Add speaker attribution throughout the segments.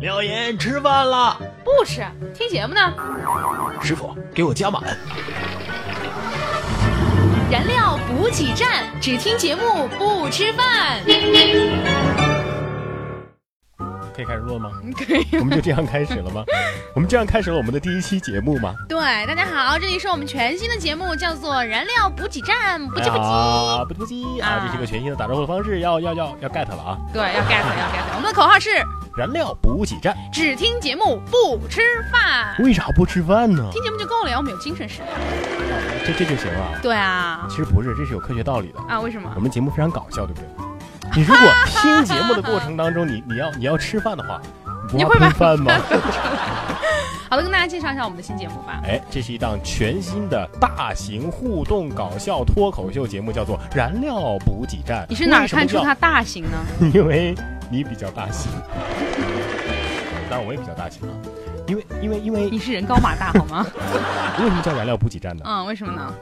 Speaker 1: 廖岩吃饭了，
Speaker 2: 不吃，听节目呢。
Speaker 1: 师傅给我加满。
Speaker 2: 燃料补给站，只听节目不吃饭。
Speaker 3: 可以开始录了吗？
Speaker 2: 可以。
Speaker 3: 我们就这样开始 了吗？我们这样开始了我们的第一期节目吗？
Speaker 2: 对，大家好，这里是我们全新的节目，叫做《燃料补给站》，不急不急。
Speaker 3: 啊，不急不急啊！这是一个全新的打招呼的方式，要要要要 get 了啊！
Speaker 2: 对，要 get 要 get。我们的口号是：
Speaker 3: 燃料补给站，
Speaker 2: 只听节目不吃饭。
Speaker 3: 为啥不吃饭呢？
Speaker 2: 听节目就够了呀，我们有精神食粮。
Speaker 3: 这这就行了。
Speaker 2: 对啊，
Speaker 3: 其实不是，这是有科学道理的。
Speaker 2: 啊，为什么
Speaker 3: 我？们节目非常搞笑，对不对？你如果听节目的过程当中，你你要你要吃饭的话，你
Speaker 2: 你
Speaker 3: 不
Speaker 2: 会把
Speaker 3: 怕喷饭 吗？
Speaker 2: 好了，跟大家介绍一下我们的新节目吧。
Speaker 3: 哎，这是一档全新的大型互动搞笑脱口秀节目，叫做《燃料补给站》。
Speaker 2: 你是哪
Speaker 3: 为
Speaker 2: 儿
Speaker 3: 什么
Speaker 2: 看出
Speaker 3: 叫
Speaker 2: 它大型呢？
Speaker 3: 因为你比较大型， 当然我也比较大型啊。因为因为因为
Speaker 2: 你是人高马大好吗？
Speaker 3: 为什么叫燃料补给站呢？
Speaker 2: 嗯，为什么呢？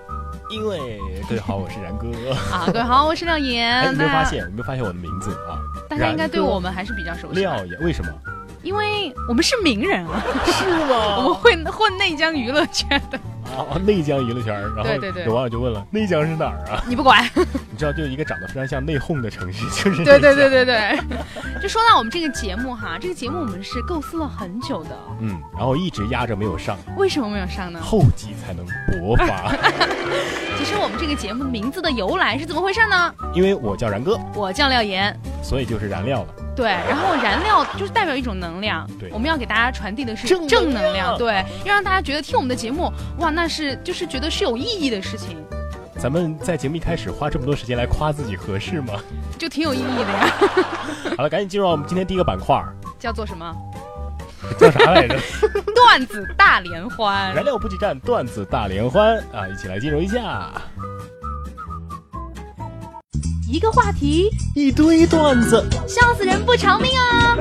Speaker 3: 因为各位好，我是 然哥。
Speaker 2: 啊，各位好，我是廖
Speaker 3: 哎，
Speaker 2: 岩。
Speaker 3: 你没有发
Speaker 2: 大家
Speaker 3: 现？有没有发现我的名字啊？
Speaker 2: 大家应该对
Speaker 3: 然哥
Speaker 2: 我们还是比较熟悉的，
Speaker 3: 廖也为什么？
Speaker 2: 因为我们是名人啊，
Speaker 3: 是
Speaker 2: 我们
Speaker 3: 吗？
Speaker 2: 混 混内江娱乐圈的，
Speaker 3: 啊，内江娱乐圈儿。然后
Speaker 2: 对对对
Speaker 3: 有网友就问了，内江是哪儿啊？
Speaker 2: 你不 管。
Speaker 3: 你知道，就一个长得非常像内讧的城市，就是
Speaker 2: 对对
Speaker 3: 内江
Speaker 2: 对对对，就说到我们这个节目哈，这个节目我们是构思了很久的，
Speaker 3: 嗯，然后一直压着没有上，
Speaker 2: 为什么没有上呢？
Speaker 3: 后继才能勃发。
Speaker 2: 其实我们这个节目名字的由来是怎么回事呢？
Speaker 3: 因为我叫然哥，
Speaker 2: 我叫廖岩，
Speaker 3: 所以就是燃料了。
Speaker 2: 对，然后燃料就是代表一种能量，
Speaker 3: 对
Speaker 2: 我们要给大家传递的是
Speaker 3: 正能
Speaker 2: 正能量，
Speaker 3: 量
Speaker 2: 对，要让大家觉得听我们的节目，哇，那是就是觉得是有意义的事情，
Speaker 3: 咱们在节目一开始花这么多时间来夸自己合适吗？
Speaker 2: 就挺有意义的呀，
Speaker 3: 好了，赶紧进入到我们今天第一个板块儿，
Speaker 2: 叫做什么？
Speaker 3: 叫啥来 着？
Speaker 2: 段子大联欢。
Speaker 3: 燃料补给站段子大联欢啊！一起来进入一下，
Speaker 2: 一个话题，
Speaker 3: 一堆段子。
Speaker 2: 笑死人不偿命啊！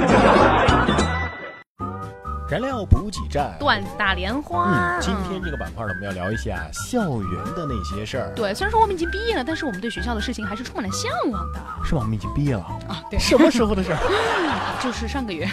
Speaker 3: 燃料补给站，
Speaker 2: 段子大联欢。
Speaker 3: 嗯，今天这个板块呢，我们要聊一下校园的那些事儿。
Speaker 2: 对，虽然说我们已经毕业了，但是我们对学校的事情还是充满了向往的
Speaker 3: 是吧？我们已经毕业了，
Speaker 2: 啊。对
Speaker 3: 什么时候的事儿？
Speaker 2: 就是上个月，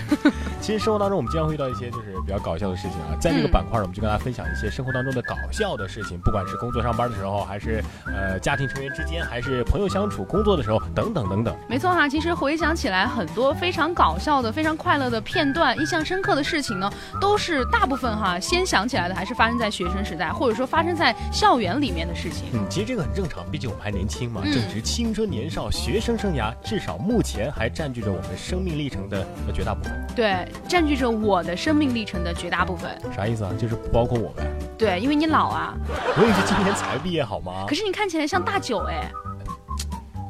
Speaker 3: 其实生活当中，我们经常会遇到一些就是比较搞笑的事情啊。在
Speaker 2: 嗯
Speaker 3: 这个板块儿，我们就跟大家分享一些生活当中的搞笑的事情，不管是工作上班的时候，还是呃家庭成员之间，还是朋友相处、工作的时候，等等等等。
Speaker 2: 没错啊哈、其实回想起来，很多非常搞笑的、非常快乐的片段、印象深刻的事情呢，都是大部分哈、先想起来的，还是发生在学生时代，或者说发生在校园里面的事情。
Speaker 3: 嗯，其实这个很正常，毕竟我们还年轻嘛，
Speaker 2: 嗯
Speaker 3: 正值青春年少，学生生涯至少目前还占据着我们生命历程的呃绝大部分。
Speaker 2: 对，占据着我的生命历程的绝大部分。
Speaker 3: 啥意思啊？就是不包括我呗。
Speaker 2: 对，因为你老啊，
Speaker 3: 我也是今年才毕业，好吗
Speaker 2: 可？是你看起来像大九哎，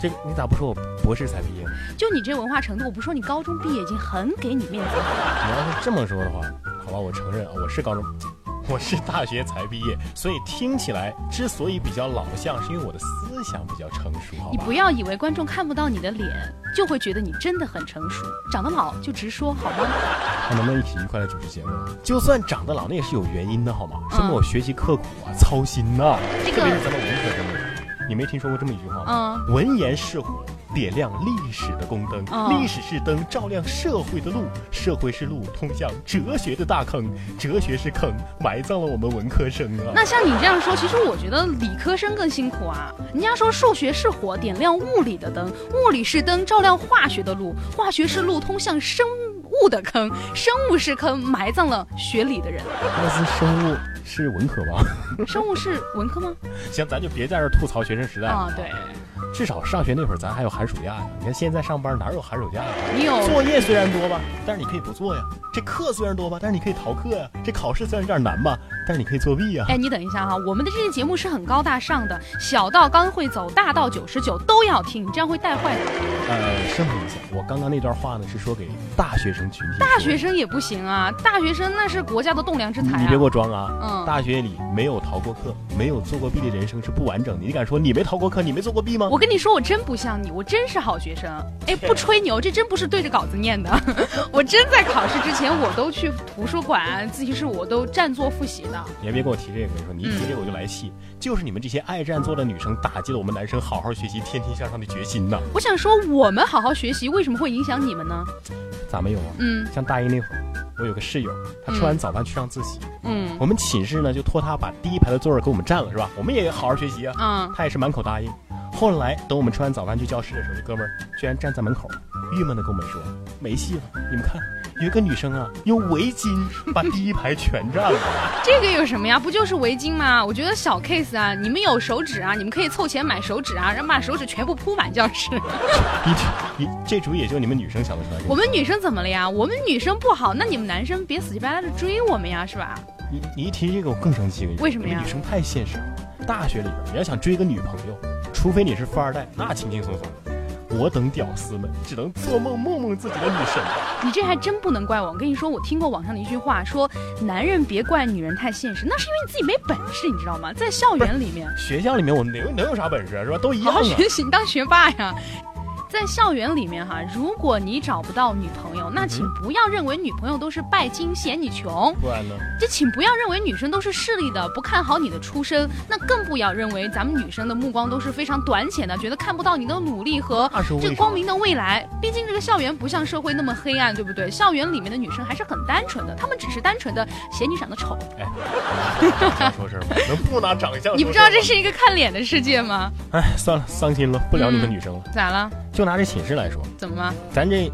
Speaker 3: 这个你咋不说我博士才毕业呢？
Speaker 2: 就你这文化程度，我不说你高中毕业已经很给你面子了。
Speaker 3: 你要是这么说的话，好吧，我承认啊，我是高中， 我是大学才毕业，所以听起来之所以比较老相，是因为我的思想比较成熟，好
Speaker 2: 你
Speaker 3: 吧
Speaker 2: 不？要以为观众看不到你的脸，就会觉得你真的很成熟。长得老就直说好吗？
Speaker 3: 那能不能一起愉快的主持节目？就算长得老，那也是有原因的，好吗？说
Speaker 2: 嗯
Speaker 3: 明我学习刻苦啊，操心呐、
Speaker 2: 这
Speaker 3: 特别
Speaker 2: 个
Speaker 3: 是，咱们文科生们，你没听说过这么一句话吗？
Speaker 2: 嗯
Speaker 3: 文言是火，点亮历史的宫灯；
Speaker 2: 嗯
Speaker 3: 历史是灯，照亮社会的路；社会是路，通向哲学的大坑；哲学是坑，埋葬了我们文科生啊！
Speaker 2: 那像你这样说，其实我觉得理科生更辛苦啊。人家说数学是火，点亮物理的灯；物理是灯，照亮化学的路；化学是路，通向生物的坑；生物是坑，埋葬了学理的 人。
Speaker 3: 那是生物是文科吧？
Speaker 2: 生物是文科吗？
Speaker 3: 行，咱就别在这儿吐槽学生时代了。
Speaker 2: 啊、对，
Speaker 3: 至少上学那会儿咱还有寒暑假呀。你看现在上班哪有寒暑假呀？
Speaker 2: 你有
Speaker 3: 作业虽然多吧，但是你可以不做呀；这课虽然多吧，但是你可以逃课呀；这考试虽然有点难吧，但是你可以作弊呀。
Speaker 2: 哎，你等一下哈、我们的这期节目是很高大上的，小到刚会走，大到九十九都要听，你这样会带坏的。
Speaker 3: 呃，声明一下，我刚刚那段话呢是说给大学生群体。
Speaker 2: 大学，生也不行啊，大学生那是国家的栋梁之才啊。
Speaker 3: 你别给我装啊！
Speaker 2: 嗯，
Speaker 3: 大学里没有逃过课、没有做过弊的人生是不完整的。你敢说你没逃过课、你没做过弊吗？
Speaker 2: 我跟你说，我真不像你，我真是好学生。哎，不吹牛，这真不是对着稿子念的。 我真在考试之前，我都去图书馆、自习室，我都占座复习的。
Speaker 3: 你还别跟我提这个，你说你一提这个我就来气。就是你们这些爱占座的女生，打击了我们男生好好学习、天天向上的决心呐。
Speaker 2: 我想说，我们好好学习，为什么会影响你们呢？
Speaker 3: 咋没有啊？
Speaker 2: 嗯，
Speaker 3: 像大一那会儿，我有个室友，他吃完
Speaker 2: 嗯
Speaker 3: 早饭去上自习，
Speaker 2: 嗯
Speaker 3: 我们寝室呢就托他把第一排的座位给我们占了，是吧？我们也好好学习啊。
Speaker 2: 啊，
Speaker 3: 他也是满口答应。后来等我们吃完早饭去教室的时候，这哥们儿居然站在门口，郁闷的跟我们说：“没戏了，你们看，有一个女生啊，用围巾把第一排全占了。
Speaker 2: 这个有什么呀？不就是围巾吗？我觉得小 case 啊，你们有手纸啊，你们可以凑钱买手纸啊，然后把手纸全部铺满教室。
Speaker 3: 你你这主意也就你们女生想得出来。
Speaker 2: 我们女生怎么了呀？我们女生不好，那你们男生别死乞白赖的追我们呀，是吧？
Speaker 3: 你你一提这个我更生气了。
Speaker 2: 为什么呀
Speaker 3: 你们女生太现实了。大学里边你要想追一个女朋友，除非你是富二代，那轻轻松松。我等屌丝们只能做梦梦梦自己的女神。
Speaker 2: 你这还真不能怪我。我跟你说，我听过网上的一句话，说男人别怪女人太现实，那是因为你自己没本事，你知道吗？在校园里面，
Speaker 3: 学校里面我能能有啥本事啊？是吧？都一
Speaker 2: 好
Speaker 3: 样
Speaker 2: 好
Speaker 3: 啊。
Speaker 2: 学习，你当学霸呀。在校园里面哈，如果你找不到女朋友，那请不要认为女朋友都是拜金嫌你穷，
Speaker 3: 不然呢？
Speaker 2: 这请不要认为女生都是势利的，不看好你的出身，那更不要认为咱们女生的目光都是非常短浅的，觉得看不到你的努力和
Speaker 3: 二十五
Speaker 2: 这个光明的未来，毕竟这个校园不像社会那么黑暗，对不对？校园里面的女生还是很单纯的，她们只是单纯的嫌你长得丑。
Speaker 3: 说 事儿吗？能不拿长相？
Speaker 2: 你不知道这？是一个看脸的世界吗？
Speaker 3: 哎，算了，伤心了，不聊你
Speaker 2: 嗯
Speaker 3: 们女生了。
Speaker 2: 咋了？
Speaker 3: 就拿这寝室来说，
Speaker 2: 怎么了？
Speaker 3: 咱这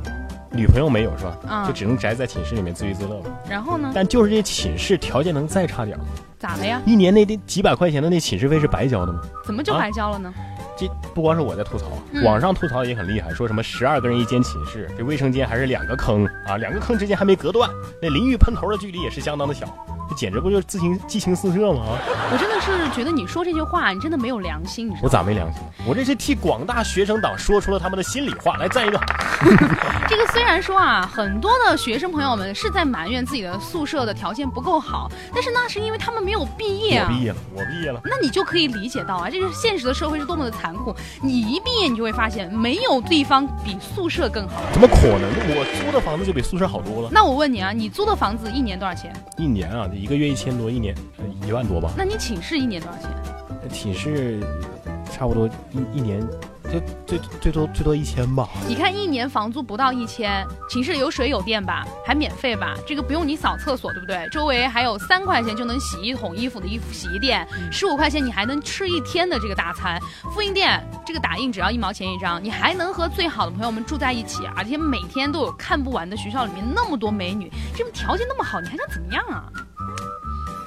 Speaker 3: 女朋友没有是吧？
Speaker 2: 啊
Speaker 3: 就只能宅在寝室里面自娱自乐了。
Speaker 2: 然后呢？
Speaker 3: 但就是这寝室条件能再差点儿吗？
Speaker 2: 咋了呀？
Speaker 3: 一年那得几百块钱的那寝室费是白交的吗？
Speaker 2: 怎么就
Speaker 3: 啊
Speaker 2: 白交了呢？
Speaker 3: 这不光是我在吐槽啊，
Speaker 2: 嗯
Speaker 3: 网上吐槽也很厉害，说什么十二个人一间寝室，这卫生间还是两个坑啊，两个坑之间还没隔断，那淋浴喷头的距离也是相当的小，这简直不就是自行激情四射吗？啊！
Speaker 2: 我真的是觉得你说这句话，你真的没有良心，你知道
Speaker 3: 我
Speaker 2: 吗？
Speaker 3: 咋没良心？我这是替广大学生党说出了他们的心里话。来，赞一个。
Speaker 2: 这个虽然说啊，很多的学生朋友们是在埋怨自己的宿舍的条件不够好，但是那是因为他们没有毕业
Speaker 3: 我
Speaker 2: 啊。
Speaker 3: 毕业了，我毕业了。
Speaker 2: 那你就可以理解到啊，这个现实的社会是多么的残酷。你一毕业，你就会发现没有地方比宿舍更好。
Speaker 3: 怎么可能？我租的房子就比宿舍好多了。
Speaker 2: 那我问你啊，你租的房子一年多少钱？
Speaker 3: 一年啊，一个月一千多，一年、呃一万多吧。
Speaker 2: 那你寝室一年多少钱？
Speaker 3: 寝室呃差不多一一年，就最最多最多一千吧。
Speaker 2: 你看一年房租不到一千，寝室有水有电吧，还免费吧，这个不用你扫厕所，对不对？周围还有三块钱就能洗一桶衣服的衣服洗衣店，十五块钱你还能吃一天的这个大餐。复印店这个打印只要一毛钱一张，你还能和最好的朋友们住在一起，而且每天都有看不完的学校里面那么多美女，这么条件那么好，你还想怎么样啊？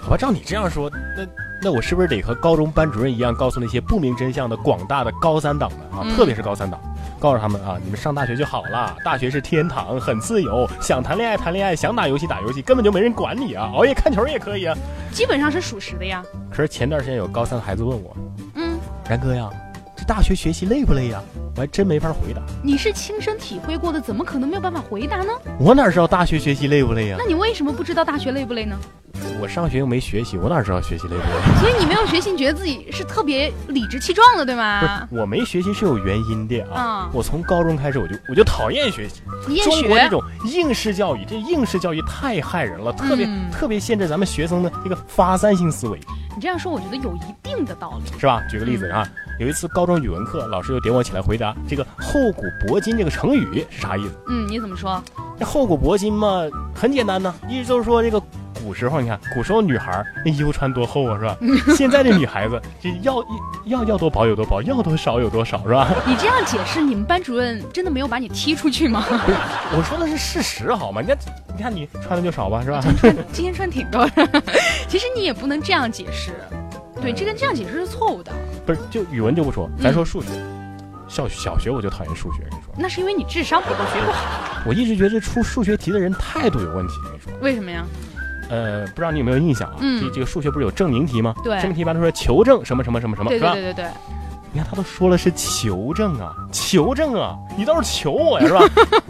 Speaker 3: 好吧，照你这样说，那那我是不是得和高中班主任一样，告诉那些不明真相的广大的高三党们啊，
Speaker 2: 嗯
Speaker 3: 特别是高三党，告诉他们啊，你们上大学就好了，大学是天堂，很自由，想谈恋爱谈恋爱，想打游戏打游戏，根本就没人管你啊，熬夜看球也可以啊。
Speaker 2: 基本上是属实的呀。
Speaker 3: 可是前段时间有高三的孩子问我，
Speaker 2: 嗯，
Speaker 3: 然哥呀，这大学学习累不累呀？我还真没法回答，
Speaker 2: 你是亲身体会过的，怎么可能没有办法回答呢？
Speaker 3: 我哪知道大学学习累不累呀？
Speaker 2: 那你为什么不知道大学累不累呢？
Speaker 3: 我上学又没学习，我哪知道学习累不累？
Speaker 2: 所以你没有学习，你觉得自己是特别理直气壮的，对
Speaker 3: 不
Speaker 2: 吗？
Speaker 3: 是，我没学习是有原因的啊。
Speaker 2: 啊，
Speaker 3: 我从高中开始我就我就讨厌学习。
Speaker 2: 你厌
Speaker 3: 中国这
Speaker 2: 学，
Speaker 3: 种应试教育，这应试教育太害人了，特别、
Speaker 2: 嗯
Speaker 3: 特别限制咱们学生的这个发散性思维，
Speaker 2: 你这样说，我觉得有一定的道理。
Speaker 3: 是吧？举个例子
Speaker 2: 嗯
Speaker 3: 啊，有一次高中语文课，老师就点我起来回答这个“厚古薄今”这个成语是啥意思？
Speaker 2: 嗯，你怎么说？
Speaker 3: 这“厚古薄今”嘛，很简单呢，意思就是说这个。古时候，你看，古时候女孩儿那衣服穿多厚啊， 是吧？现在这女孩子，这要要要多薄有多薄，要多少有多少，是吧？
Speaker 2: 你这样解释，你们班主任真的没有把你踢出去吗？
Speaker 3: 我说的是事实，好吗？你看，你看你穿的就少吧，是吧？
Speaker 2: 今天穿挺多的， 其实你也不能这样解释。对，这个这样解释是错误的。
Speaker 3: 不是，就语文就不说，
Speaker 2: 嗯
Speaker 3: 咱说数学。小小学我就讨厌数学，跟你说，
Speaker 2: 那是因为你智商不够，学不好。
Speaker 3: 我一直觉得出数学题的人态度有问题，跟你说。
Speaker 2: 为什么呀？
Speaker 3: 呃，不知道你有没有印象啊？
Speaker 2: 嗯
Speaker 3: 这这个数学不是有证明题吗？
Speaker 2: 对
Speaker 3: 证明题一般都说求证什么什么什么什么，
Speaker 2: 对
Speaker 3: 是
Speaker 2: 对
Speaker 3: 吧？
Speaker 2: 对对对，
Speaker 3: 你看他都说了是求证啊，求证啊，你倒是求我 呀，是吧？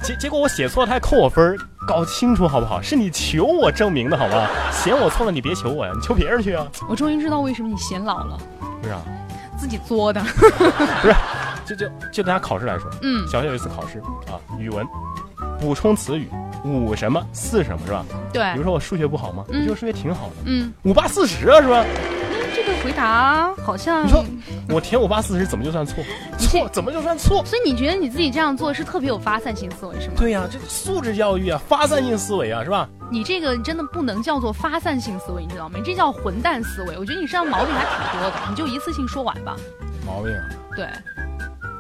Speaker 3: 结结果我写错了，他还扣我分儿搞清楚好不好？是你求我证明的好吗？嫌我错了，你别求我呀，你求别人去啊，
Speaker 2: 我终于知道为什么你显老了，
Speaker 3: 是啊。
Speaker 2: 自己作的。
Speaker 3: 就就就拿考试来说，
Speaker 2: 嗯
Speaker 3: 小学有一次考试啊，语文补充词语五什么四什么是吧？比
Speaker 2: 嗯对
Speaker 3: 如，说我数学不好吗？我
Speaker 2: 哎嗯
Speaker 3: 觉得数学挺好的，
Speaker 2: 嗯，
Speaker 3: 五八四十啊是吧？
Speaker 2: 这个回答好像
Speaker 3: 你说我填五八四十怎么就算错？错怎么就算错？
Speaker 2: 所以你觉得你自己这样做是特别有发散性思维是吗？
Speaker 3: 对呀、这个素质教育啊，发散性思维啊，是吧？
Speaker 2: 你这个真的不能叫做发散性思维，你知道吗？你这叫混蛋思维。我觉得你身上毛病还挺多的，你就一次性说完吧。
Speaker 3: 毛病啊！
Speaker 2: 对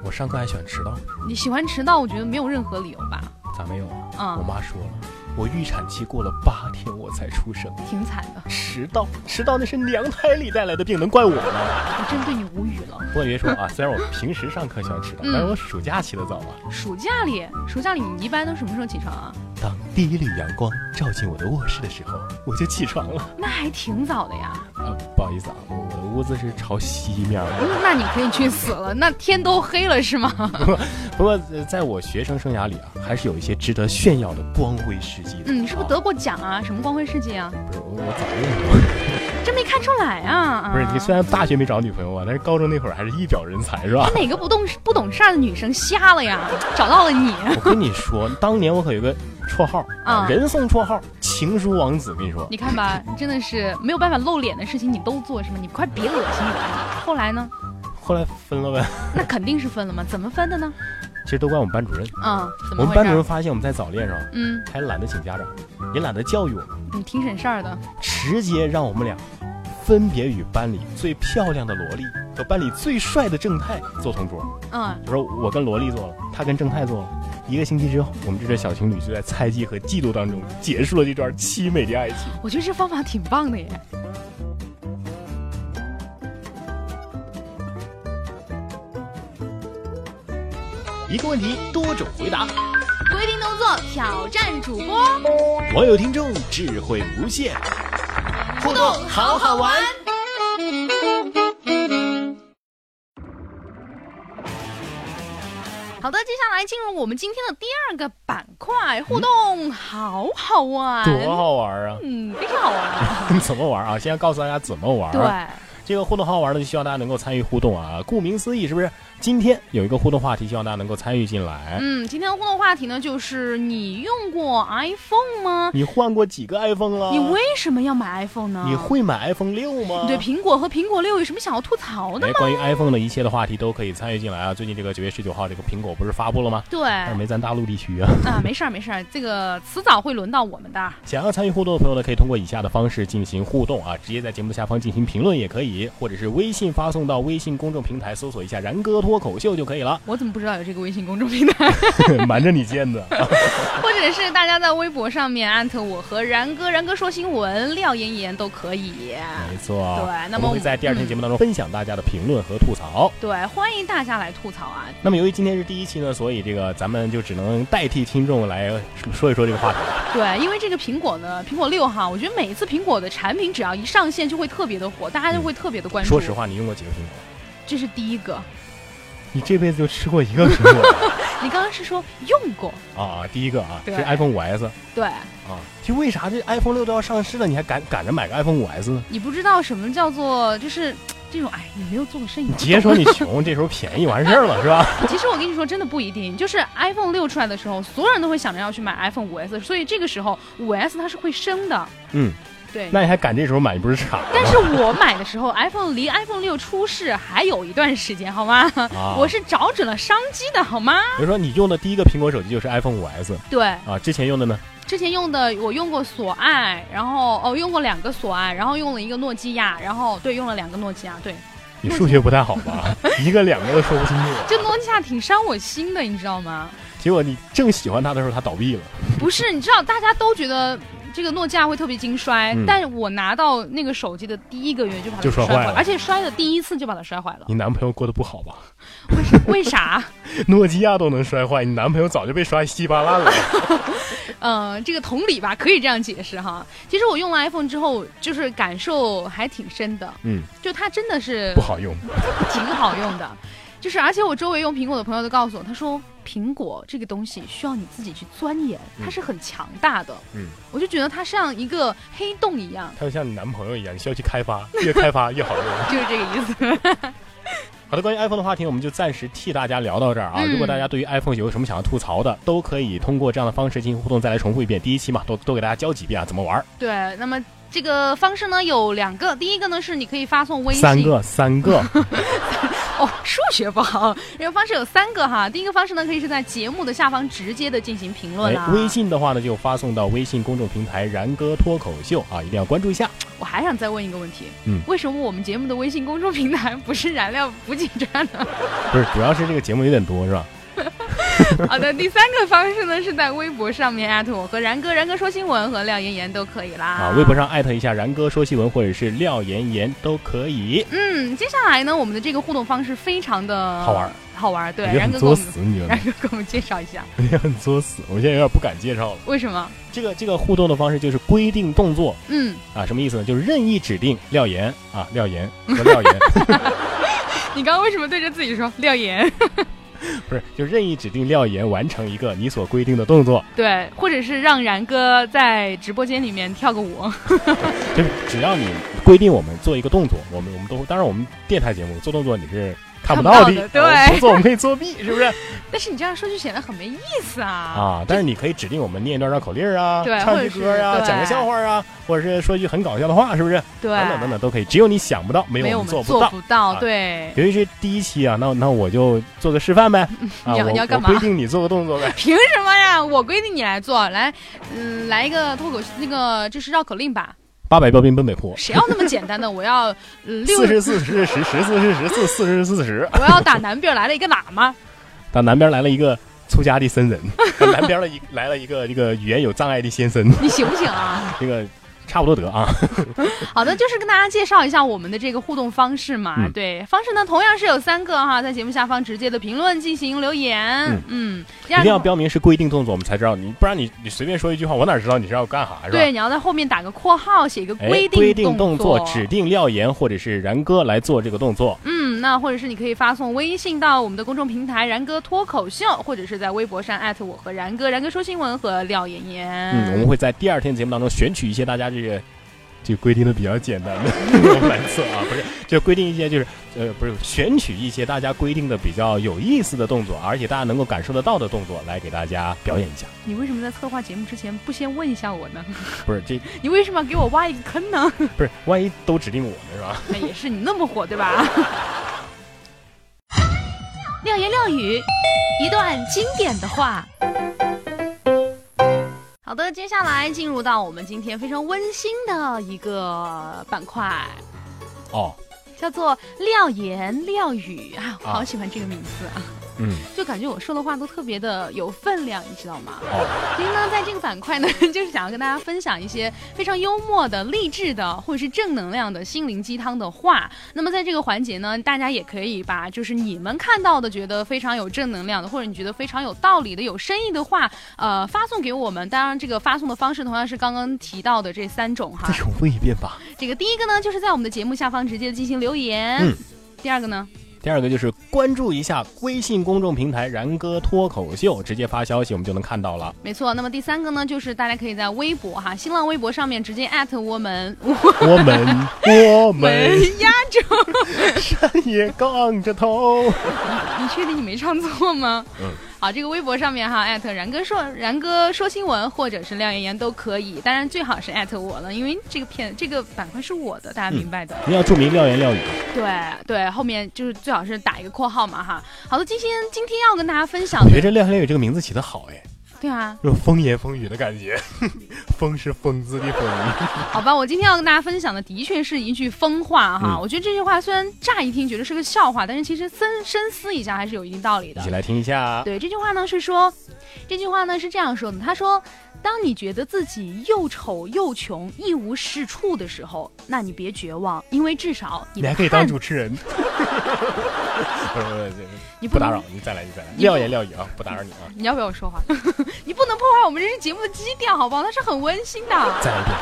Speaker 3: 我上课还喜欢迟到，
Speaker 2: 你喜欢迟到，我觉得没有任何理由吧？
Speaker 3: 咋没有啊？我
Speaker 2: 啊、
Speaker 3: 妈说了，我预产期过了八天我才出生，
Speaker 2: 挺惨的，
Speaker 3: 迟到，迟到那是娘胎里带来的病，能怪我吗？
Speaker 2: 我真对你无语了。
Speaker 3: 不过你别说啊，虽然我平时上课喜欢迟到，
Speaker 2: 嗯
Speaker 3: 但是我暑假起得早啊。
Speaker 2: 暑假里，暑假里你一般都什么时候起床啊？
Speaker 3: 当第一缕阳光照进我的卧室的时候，我就起床了。
Speaker 2: 那还挺早的呀。
Speaker 3: 啊，不好意思啊，我我的屋子是朝西面的。
Speaker 2: 嗯那你可以去死了，那天都黑了是吗？
Speaker 3: 不过，呃在我学生生涯里啊，还是有一些值得炫耀的光辉事迹的。
Speaker 2: 嗯，你是不是
Speaker 3: 啊
Speaker 2: 得过奖啊？什么光辉事迹啊？
Speaker 3: 不是我，我早就有。
Speaker 2: 真没看出来啊！
Speaker 3: 不是你虽
Speaker 2: 啊
Speaker 3: 然大学没找女朋友啊，但是高中那会儿还是一表人才，是吧？
Speaker 2: 哪个不懂不懂事儿的女生瞎了呀？找到了你，
Speaker 3: 我跟你说，当年我可有个绰号
Speaker 2: 啊
Speaker 3: 人送绰号“情书王子”。跟你说，
Speaker 2: 你看吧，真的是没有办法露脸的事情你都做是吗？你快别恶心我了。后来呢？
Speaker 3: 后来分了呗，
Speaker 2: 那肯定是分了嘛，怎么分的呢？
Speaker 3: 其实都怪我们班主任。
Speaker 2: 嗯，怎
Speaker 3: 我们
Speaker 2: 么回事
Speaker 3: 班主
Speaker 2: 儿？
Speaker 3: 任发现我们在早恋上
Speaker 2: 嗯，
Speaker 3: 还懒得请家长，也懒得教育我们，
Speaker 2: 你挺省事儿的。
Speaker 3: 直接让我们俩分别与班里最漂亮的萝莉和班里最帅的正太做同桌。
Speaker 2: 嗯，
Speaker 3: 就说我跟萝莉做了，他跟正太做了。一个星期之后，我们这对小情侣就在猜忌和嫉妒当中结束了这段凄美的爱情。
Speaker 2: 我觉得这方法挺棒的耶。
Speaker 1: 一个问题多种回答，
Speaker 2: 规定动作挑战主播，
Speaker 1: 网友听众智慧无限，互动好好玩。
Speaker 2: 好的，接下来进入我们今天的第二个板块
Speaker 3: 嗯
Speaker 2: 互动，好好玩，
Speaker 3: 多好玩啊！
Speaker 2: 嗯，非常好玩啊。
Speaker 3: 怎么玩啊？先要告诉大家怎么玩。啊
Speaker 2: 对，，
Speaker 3: 这个互动好玩的，就希望大家能够参与互动啊。顾名思义，是不是？今天有一个互动话题，希望大家能够参与进来。
Speaker 2: 嗯，今天的互动话题呢，就是你用过 iPhone 吗？
Speaker 3: 你换过几个 iPhone 了？
Speaker 2: 你为什么要买 iPhone 呢？
Speaker 3: 嗯你会买 iPhone 六吗？
Speaker 2: 你对苹果和苹果六有什么想要吐槽的？
Speaker 3: 哎，关于 iPhone 的一切的话题都可以参与进来啊！最近这个九月十九号，这个苹果不是发布了吗？
Speaker 2: 对，
Speaker 3: 但是
Speaker 2: 啊、
Speaker 3: 没咱大陆地区啊。
Speaker 2: 没事儿没事儿，这个迟早会轮到我们的。
Speaker 3: 想要参与互动的朋友呢，可以通过以下的方式进行互动啊，直接在节目下方进行评论也可以，或者是微信发送到微信公众平台搜索一下“然哥脱口秀”就可以
Speaker 2: 。
Speaker 3: 了
Speaker 2: 我怎么不知道有这个微信公众平台？
Speaker 3: 瞒着你见的，
Speaker 2: 或者是大家在微博上面艾特我和然哥，然哥说新闻，廖妍妍都可以。
Speaker 3: 没错。啊
Speaker 2: 对那么
Speaker 3: 哦我
Speaker 2: 嗯
Speaker 3: 们会在第二天节目当中分享大家的评论和吐槽。
Speaker 2: 对，欢迎大家来吐槽啊！
Speaker 3: 那么由于今天是第一期呢，所以这个咱们就只能代替听众来说一说这个话题。
Speaker 2: 对，因为这个苹果呢，苹果六哈，我觉得每一次苹果的产品只要一上线就会特别的火，大家就会特别的关
Speaker 3: 嗯
Speaker 2: 注。
Speaker 3: 说实，话，你用过几个苹果？
Speaker 2: 这是第一个。
Speaker 3: 你这辈子就吃过一个苹 果
Speaker 2: 你刚刚是说用过？
Speaker 3: 啊？第一个啊，是
Speaker 2: 对
Speaker 3: iPhone 5 S
Speaker 2: 对，
Speaker 3: 啊。就为啥这 iPhone 六都要上市了，你还赶赶着买个 iPhone 5 S 呢？
Speaker 2: 你不知道什么叫做就是这种哎，你没有做过生意
Speaker 3: 你。直接说你穷，这时候便宜完事儿了是 吧？
Speaker 2: 其实我跟你说，真的不一定。就是 iPhone 六出来的时候，所有人都会想着要去买 iPhone 五 S，所以这个时候五 S 它是会升的。
Speaker 3: 嗯，
Speaker 2: 对。
Speaker 3: 那你还赶这时候买，你不是傻吗？
Speaker 2: 但是我买的时候，iPhone 离 iPhone 六出世还有一段时间，好吗？
Speaker 3: 啊，
Speaker 2: 我是找准了商机的，好吗？
Speaker 3: 比如说你用的第一个苹果手机就是 iPhone 五 S
Speaker 2: 对，
Speaker 3: 啊，之前用的呢，
Speaker 2: 之前用的我用过索爱，然后哦用过两个索爱，然后用了一个诺基亚，然后对用了两个诺基亚，对，
Speaker 3: 你数学不太好 吧？一个两个都说不清楚。
Speaker 2: 这诺基亚挺伤我心的，你知道吗？
Speaker 3: 结果你正喜欢它的时候，它倒闭了。
Speaker 2: 不是，你知道大家都觉得这个诺基亚会特别经摔，
Speaker 3: 嗯
Speaker 2: 但是我拿到那个手机的第一个月就把它
Speaker 3: 就摔
Speaker 2: 摔
Speaker 3: 坏了嗯
Speaker 2: 了，而且摔的第一次就把它摔坏了。
Speaker 3: 你男朋友过得不好吧？
Speaker 2: 为啥为啥？
Speaker 3: 诺基亚都能摔坏，你男朋友早就被摔稀巴烂了。
Speaker 2: 嗯、这个同理吧，可以这样解释哈。其实我用了 iPhone 之后，就是感受还挺深的，
Speaker 3: 嗯，
Speaker 2: 就它真的是
Speaker 3: 不好用，
Speaker 2: 挺好用的。就是，而且我周围用苹果的朋友都告诉我，他说苹果这个东西需要你自己去钻研，它是很强大的。
Speaker 3: 嗯，
Speaker 2: 我就觉得它像一个黑洞一样，
Speaker 3: 它就像你男朋友一样，你需要去开发，越开发越好用。
Speaker 2: 就是这个意思。
Speaker 3: 好的，关于 iPhone 的话题，我们就暂时替大家聊到这儿啊。
Speaker 2: 嗯
Speaker 3: 如果大家对于 iPhone 有什么想要吐槽的，都可以通过这样的方式进行互动，再来重复一遍。第一期嘛，都都给大家教几遍啊，怎么玩儿？
Speaker 2: 对，那么这个方式呢有两个，第一个呢是你可以发送微信，
Speaker 3: 哎 三个，三个，
Speaker 2: 哦，数学不好。这个方式有三个哈，第一个方式呢，可以是在节目的下方直接的进行评论啦。
Speaker 3: 哎微信的话呢，就发送到微信公众平台“然哥脱口秀”啊，一定要关注一下。
Speaker 2: 我还想再问一个问题，
Speaker 3: 嗯
Speaker 2: 为什么我们节目的微信公众平台不是燃料补给站呢？
Speaker 3: 不是，主要是这个节目有点多，是吧？
Speaker 2: 好的，第三个方式呢是在微博上面艾特我和然哥，然哥说新闻和廖妍妍都可以啦。
Speaker 3: 啊，微博。上艾特一下“然哥说新闻”或者是“廖妍妍”都可以。
Speaker 2: 嗯，接下来呢，我们的这个互动方式非常的
Speaker 3: 好玩儿，
Speaker 2: 好玩 儿。对，
Speaker 3: 我觉得
Speaker 2: 然
Speaker 3: 很
Speaker 2: 哥给我
Speaker 3: 作
Speaker 2: 们，
Speaker 3: 死，你觉得
Speaker 2: 然？哥给我们介绍一下，
Speaker 3: 我觉得很作死，我现在有点不敢介绍了。
Speaker 2: 为什么？
Speaker 3: 这个这个互动的方式就是规定动作
Speaker 2: 嗯，
Speaker 3: 啊，什么意思呢？就是任意指定廖岩啊，廖岩和廖 岩
Speaker 2: 你刚刚为什么对着自己说廖妍？
Speaker 3: 不是，就任意指定廖岩完成一个你所规定的动作，
Speaker 2: 对，或者是让然哥在直播间里面跳个舞。
Speaker 3: 就是只要你规定我们做一个动作，我们我们都会当然我们电台节目做动作你是看不
Speaker 2: 看不
Speaker 3: 的，
Speaker 2: 到的对
Speaker 3: 啊我们不做我们可以作弊，是不 是
Speaker 2: 但是你这样说就显得很没意思啊。
Speaker 3: 啊？但是你可以指定我们念一段绕口令啊，
Speaker 2: 对
Speaker 3: 唱
Speaker 2: 或
Speaker 3: 句
Speaker 2: 者是
Speaker 3: 歌啊，
Speaker 2: 对
Speaker 3: 讲个笑话啊，或者是说一句很搞笑的话，是不是？
Speaker 2: 对，
Speaker 3: 等等等等都可以，只有你想不到，没
Speaker 2: 没
Speaker 3: 有我
Speaker 2: 有我
Speaker 3: 们
Speaker 2: 们
Speaker 3: 做不到。
Speaker 2: 不到
Speaker 3: 啊
Speaker 2: 对。
Speaker 3: 由于是第一期啊，那那我就做个示范 呗。啊，
Speaker 2: 你要
Speaker 3: 我
Speaker 2: 你要干嘛
Speaker 3: 我规定你做个动作呗。
Speaker 2: 凭什么呀？我规定你来做，来，嗯，来一个脱口秀，那个就是绕口令吧。
Speaker 3: 八百标兵奔北坡，
Speaker 2: 谁要那么简单的？我要嗯六
Speaker 3: 四，十四十十十四十十四四十四十。
Speaker 2: 我要打南边来了一个喇嘛。
Speaker 3: 到南边来了一个粗家的僧 人，南边了一来了一个这个语言有障碍的先生，
Speaker 2: 你行不行 啊？
Speaker 3: 这个差不多得啊。
Speaker 2: 好的，就是跟大家介绍一下我们的这个互动方式嘛。
Speaker 3: 嗯
Speaker 2: 对，方式呢同样是有三个哈，在节目下方直接的评论进行留言
Speaker 3: 嗯。
Speaker 2: 嗯，第
Speaker 3: 一
Speaker 2: 二
Speaker 3: 定要
Speaker 2: 个
Speaker 3: 标明是规定动作，我们才知道你，不然你你随便说一句话，我哪知道你是要干啥是吧？
Speaker 2: 对，你要在后面打个括号，写一个
Speaker 3: 哎。
Speaker 2: 规
Speaker 3: 规
Speaker 2: 定
Speaker 3: 定动
Speaker 2: 作。
Speaker 3: 指定廖岩或者是然哥来做这个动作。
Speaker 2: 嗯，那或者是你可以发送微信到我们的公众平台“然哥脱口秀”，或者是在微博上艾特我和然哥，然哥说新闻和廖妍妍。
Speaker 3: 嗯，我们会在第二天节目当中选取一些大家这个。就规定的比较简单 的我反测啊，不是，就规定一些就是呃，不是选取一些大家规定的比较有意思的动作，而且大家能够感受得到的动作来给大家表演一下。
Speaker 2: 你为什么在策划节目之前不先问一下我呢？
Speaker 3: 不是这
Speaker 2: 你为什么要给我挖一个坑呢？
Speaker 3: 不是，万一都指定我呢是吧？
Speaker 2: 那也是你那么火对 吧？
Speaker 4: 廖言廖语，一段经典的话。
Speaker 2: 好的，接下来进入到我们今天非常温馨的一个板块，
Speaker 3: 哦，
Speaker 2: 叫做“廖言廖语”啊，我
Speaker 3: 啊
Speaker 2: 好喜欢这个名字啊，
Speaker 3: 嗯，
Speaker 2: 就感觉我说的话都特别的有分量，你知道吗？
Speaker 3: 哦，
Speaker 2: 所以呢，在这个板块呢， 就是想要跟大家分享一些非常幽默的、励志的，或者是正能量的心灵鸡汤的话。那么在这个环节呢，大家也可以把就是你们看到的、觉得非常有正能量的，或者你觉得非常有道理的、有深意的话，呃，发送给我们。当然，这个发送的方式同样是刚刚提到的这三种哈
Speaker 3: 再。重复一遍吧。
Speaker 2: 这个第一个呢，就是在我们的节目下方直接进行留言。
Speaker 3: 嗯
Speaker 2: 第二个呢，
Speaker 3: 第二个就是关注一下微信公众平台“然哥脱口秀”，直接发消息我们就能看到 了。
Speaker 2: 没错。那么第三个呢，就是大家可以在微博哈、新浪微博上面直接艾特我们，
Speaker 3: 我们我
Speaker 2: 我们
Speaker 3: 们
Speaker 2: 压轴。
Speaker 3: 也杠着 头。
Speaker 2: 你确定你没唱错吗？
Speaker 3: 嗯。
Speaker 2: 好，这个微博上面哈，艾特然哥说，然哥说新闻，或者是廖妍妍都可以，当然最好是艾特我了，因为这个片这个板块是我的，大家明白的。
Speaker 3: 一定要注明廖言廖语。
Speaker 2: 对对，后面就是最好是打一个括号嘛哈。好的，今天今天要跟大家分享
Speaker 3: 我觉得，
Speaker 2: 的
Speaker 3: 这廖言廖语这个名字起得好哎，
Speaker 2: 对啊，
Speaker 3: 有风言风语的感觉。风是疯子的风，
Speaker 2: 好吧，我今天要跟大家分享的的确是一句疯话哈。
Speaker 3: 嗯
Speaker 2: 我觉得这句话虽然乍一听觉得是个笑话，但是其实深深思一下还是有一定道理的。
Speaker 3: 一起来听一下。
Speaker 2: 对，这句话呢是说，这句话呢是这样说的，他说。当你觉得自己又丑又穷一无是处的时候，那你别绝望，因为至少
Speaker 3: 你
Speaker 2: 你的
Speaker 3: 还可以
Speaker 2: 汗
Speaker 3: 当主持人。不是不是，
Speaker 2: 你
Speaker 3: 不
Speaker 2: 能
Speaker 3: 打扰，你再来，你再来。
Speaker 2: 你不
Speaker 3: 廖言廖语啊，不打扰你啊，
Speaker 2: 你要不要我说话？ 你不能破坏我们这期节目的基调，好不好？它是很温馨的。啊
Speaker 3: 再来一遍。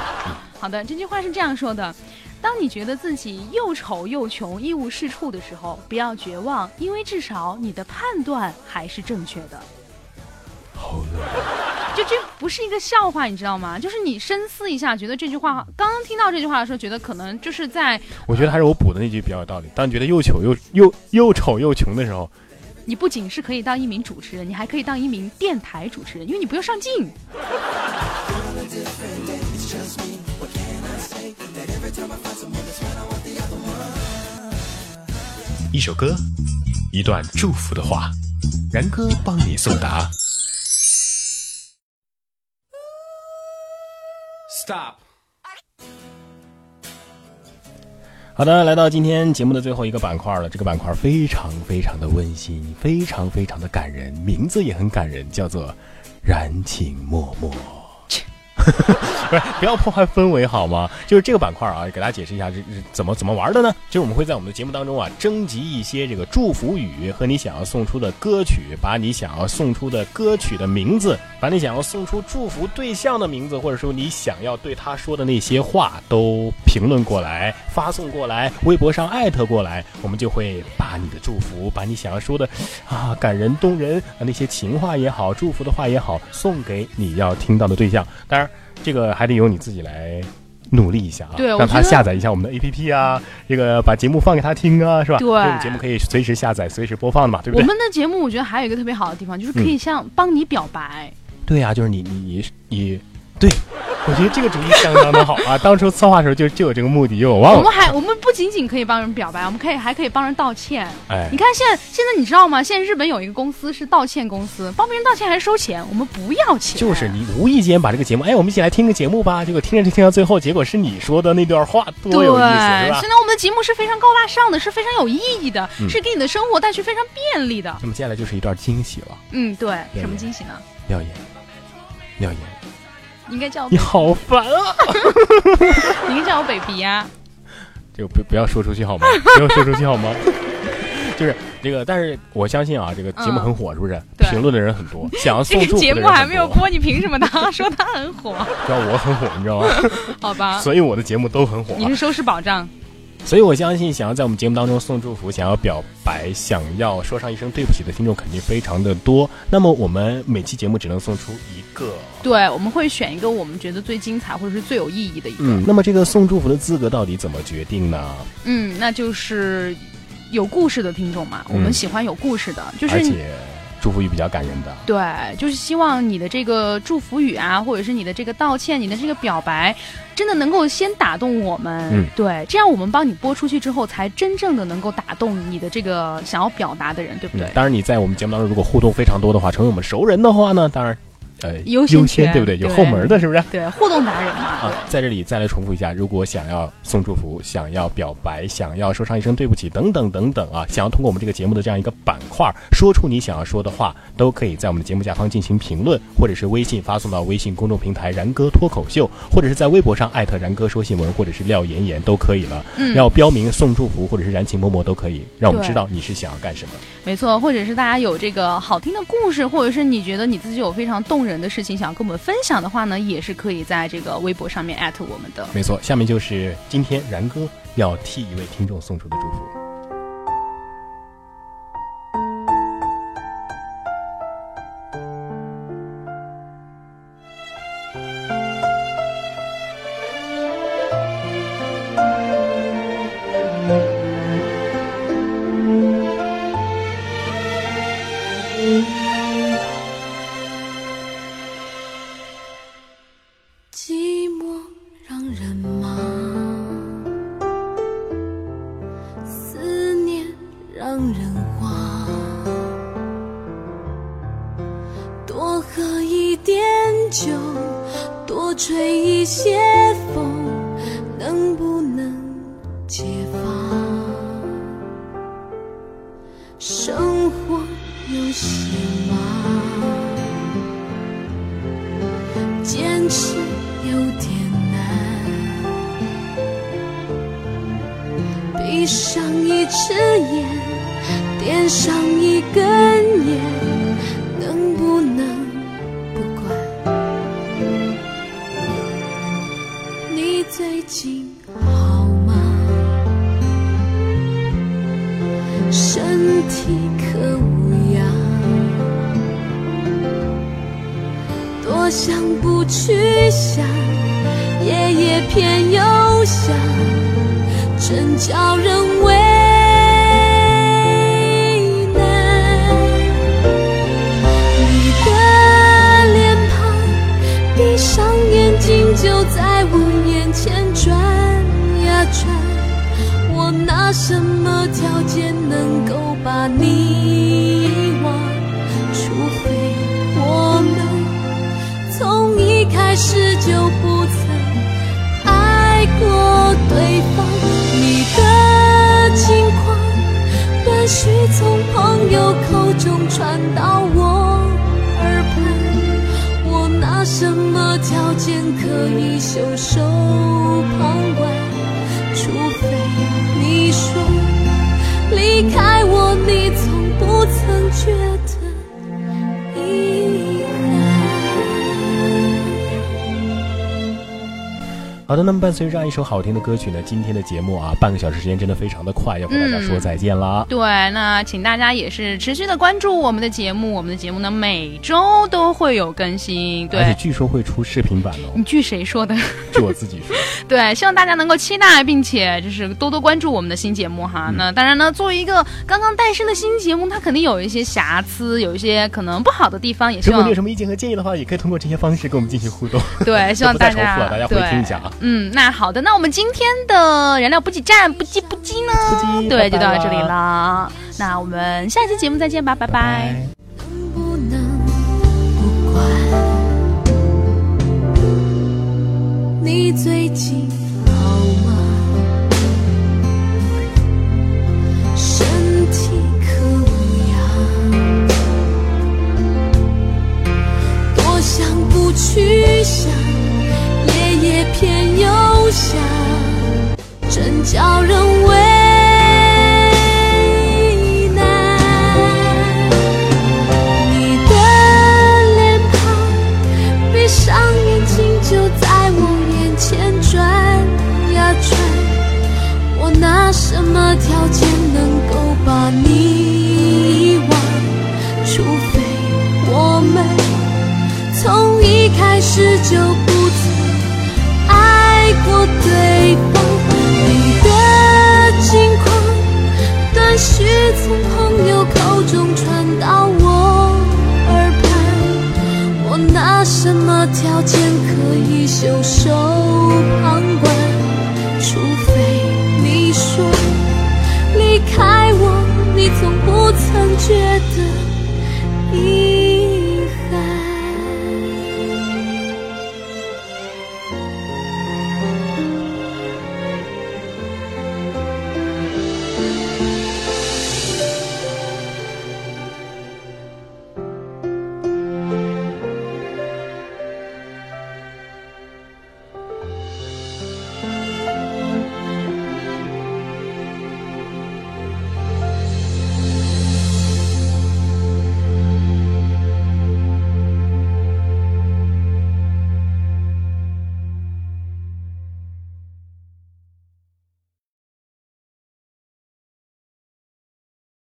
Speaker 2: 好的，这句话是这样说的：当你觉得自己又丑又穷一无是处的时候，不要绝望，因为至少你的判断还是正确的。
Speaker 3: 好冷。
Speaker 2: 就这不是一个笑话，你知道吗？就是你深思一下，觉得这句话，刚刚听到这句话的时候，觉得可能就是在
Speaker 3: 我觉得还是我补的那句比较有道理。当你觉得又丑又又又丑又穷的时候，
Speaker 2: 你不仅是可以当一名主持人，你还可以当一名电台主持人，因为你不用上镜。
Speaker 3: 一首歌，一段祝福的话，然哥帮你送达。
Speaker 1: Stop。
Speaker 3: 好的，来到今天节目的最后一个板块了。这个板块非常非常的温馨，非常非常的感人，名字也很感人，叫做“燃情脉脉”。不是， 不要破坏氛围好吗？就是这个板块啊，给大家解释一下这这怎么怎么玩的呢？就是我们会在我们的节目当中啊，征集一些这个祝福语和你想要送出的歌曲，把你想要送出的歌曲的名字，把你想要送出祝福对象的名字，或者说你想要对他说的那些话，都评论过来，发送过来，微博上艾特过来，我们就会把你的祝福，把你想要说的啊感人动人啊那些情话也好，祝福的话也好，送给你要听到的对象。当然。这个还得由你自己来努力一下啊，
Speaker 2: 对我
Speaker 3: 让他
Speaker 2: 觉得
Speaker 3: 下载一下我们的 APP 啊，这个把节目放给他听啊，是吧？
Speaker 2: 对
Speaker 3: 因为我们节目可以随时下载、随时播放的嘛，对不
Speaker 2: 我
Speaker 3: 对？
Speaker 2: 们的节目我觉得还有一个特别好的地方，就是可以像帮你表白。
Speaker 3: 对啊，就是你你你你，对，我觉得这个主意相当的好啊。当初策划的时候就就有这个目的，因为我
Speaker 2: 我
Speaker 3: 忘了
Speaker 2: 们，还我们不仅仅可以帮人表白，我们可以还可以帮人道歉。
Speaker 3: 哎
Speaker 2: 你，看现在现在你知道吗？现在日本有一个公司是道歉公司，帮别人道歉还收钱，我们不要钱。
Speaker 3: 就是你无意间把这个节目，哎，我们一起来听个节目吧，结果听着听到最后，结果是你说的那段话，多
Speaker 2: 对，
Speaker 3: 有意思，是吧
Speaker 2: 所以？呢，我们的节目是非常高大上的，是非常有意义的，
Speaker 3: 嗯
Speaker 2: 是给你的生活带去非常便利的。
Speaker 3: 那么接下来就是一段惊喜了，
Speaker 2: 嗯，对，
Speaker 3: 对
Speaker 2: 什么惊喜呢？
Speaker 3: 廖岩，廖岩，
Speaker 2: 应该叫
Speaker 3: 你好烦啊！
Speaker 2: 应该叫我啊 baby 呀、
Speaker 3: 就不不要说出去好吗？不要说出去好吗？ 就是这个，但是我相信啊，这个节目很火，是不是？
Speaker 2: 嗯对
Speaker 3: 评论的人很多，想要送
Speaker 2: 这
Speaker 3: 祝
Speaker 2: 个
Speaker 3: 福的
Speaker 2: 节
Speaker 3: 人很
Speaker 2: 目
Speaker 3: 多
Speaker 2: 还没有，播，你凭什么他说他很火？
Speaker 3: 知道我很火，你知道吗？
Speaker 2: 好 吧，
Speaker 3: 所以我的节目都很火。啊
Speaker 2: 你是收视保障。
Speaker 3: 所以我相信，想要在我们节目当中送祝福、想要表白、想要说上一声对不起的听众，肯定非常的多。那么我们每期节目只能送出一个。
Speaker 2: 对，我们会选一个我们觉得最精彩或者是最有意义的一个。
Speaker 3: 嗯，那么这个送祝福的资格到底怎么决定呢？
Speaker 2: 嗯，那就是有故事的听众嘛，我们
Speaker 3: 嗯
Speaker 2: 喜欢有故事的，就是
Speaker 3: 而
Speaker 2: 你。
Speaker 3: 且祝福语比较感人的。
Speaker 2: 对，就是希望你的这个祝福语啊，或者是你的这个道歉，你的这个表白，真的能够先打动我们。
Speaker 3: 嗯
Speaker 2: 对，这样我们帮你播出去之后，才真正的能够打动你的这个想要表达的人，对不对？
Speaker 3: 嗯，当然你在我们节目当中如果互动非常多的话，成为我们熟人的话呢，当然，呃，
Speaker 2: 优先权
Speaker 3: 对不对？有
Speaker 2: 对嗯
Speaker 3: 后门的，是不是？
Speaker 2: 对，互动达人嘛。
Speaker 3: 啊，在这里再来重复一下，如果想要送祝福、想要表白、想要说上一声对不起等等等等啊，想要通过我们这个节目的这样一个板块说出你想要说的话，都可以在我们的节目下方进行评论，或者是微信发送到微信公众平台“然哥脱口秀”，或者是在微博上艾特“然哥说新闻”或者是“廖妍妍”都可以了。
Speaker 2: 嗯
Speaker 3: 要标明送祝福或者是燃情脉脉都可以，让我们
Speaker 2: 对
Speaker 3: 知道你是想要干什么。
Speaker 2: 没错，或者是大家有这个好听的故事，或者是你觉得你自己有非常动人的事情想要跟我们分享的话呢，也是可以在这个微博上面艾特我们的。
Speaker 3: 没错，下面就是今天然哥要替一位听众送出的祝福。
Speaker 5: 寂寞让人忙，思念让人慌。多喝一点酒，多吹一些风，能不能解放？生活有些忙。坚持有点难。闭上一只眼，点上一根烟，能不能不管？你最近好吗？身体可无恙？多想不去想，夜夜偏又想，真叫人为难。你的脸庞，闭上眼睛就在我眼前转呀转，我哪怕什么条件能够把你遗忘？除非我们从一开始就不曾爱过对方。你的近况，断续从朋友口中传到我耳畔。我拿什么条件可以袖手旁观？除非你说离开我，你从不曾觉得遗憾。
Speaker 3: 好的，那么伴随着这样一首好听的歌曲呢，今天的节目啊，半个小时时间真的非常的快，要和大家说再见啦。
Speaker 2: 对，那请大家也是持续的关注我们的节目，我们的节目呢每周都会有更新。
Speaker 3: 而且
Speaker 2: 对，
Speaker 3: 据说会出视频版 哦，
Speaker 2: 你据谁说的？
Speaker 3: 据我自己说，
Speaker 2: 对，希望大家能够期待，并且就是多多关注我们的新节目
Speaker 3: 嗯
Speaker 2: 哈。那当然呢，作为一个刚刚诞生的新节目，它肯定有一些瑕疵，有一些可能不好的地方，也希
Speaker 3: 如果
Speaker 2: 望
Speaker 3: 你有什么意见和建议的话，也可以通过这些方式跟我们进行互动。
Speaker 2: 对，希望
Speaker 3: 不再
Speaker 2: 大
Speaker 3: 重复了
Speaker 2: 家
Speaker 3: 大家回
Speaker 2: 对
Speaker 3: 听一下啊。
Speaker 2: 嗯，那好的，那我们今天的燃料补给站不急不急呢，
Speaker 3: 不急
Speaker 2: 对，
Speaker 3: 拜拜
Speaker 2: 就到这里
Speaker 3: 啦
Speaker 2: 了。那我们下期节目再见吧，拜拜
Speaker 5: 能不能不管？你最近好吗？身体可啊养？多想不去想，夜夜偏又想，真叫人为难。你的脸庞，闭上眼睛就在我眼前转呀转，我拿什么条件能够把你遗忘？除非我们从一开始就不曾爱过对方。你的近况。断续从朋友口中传到我耳畔，我拿什么条件可以袖手旁观？除非你说离开我，你从不曾觉得遗憾。
Speaker 3: 拜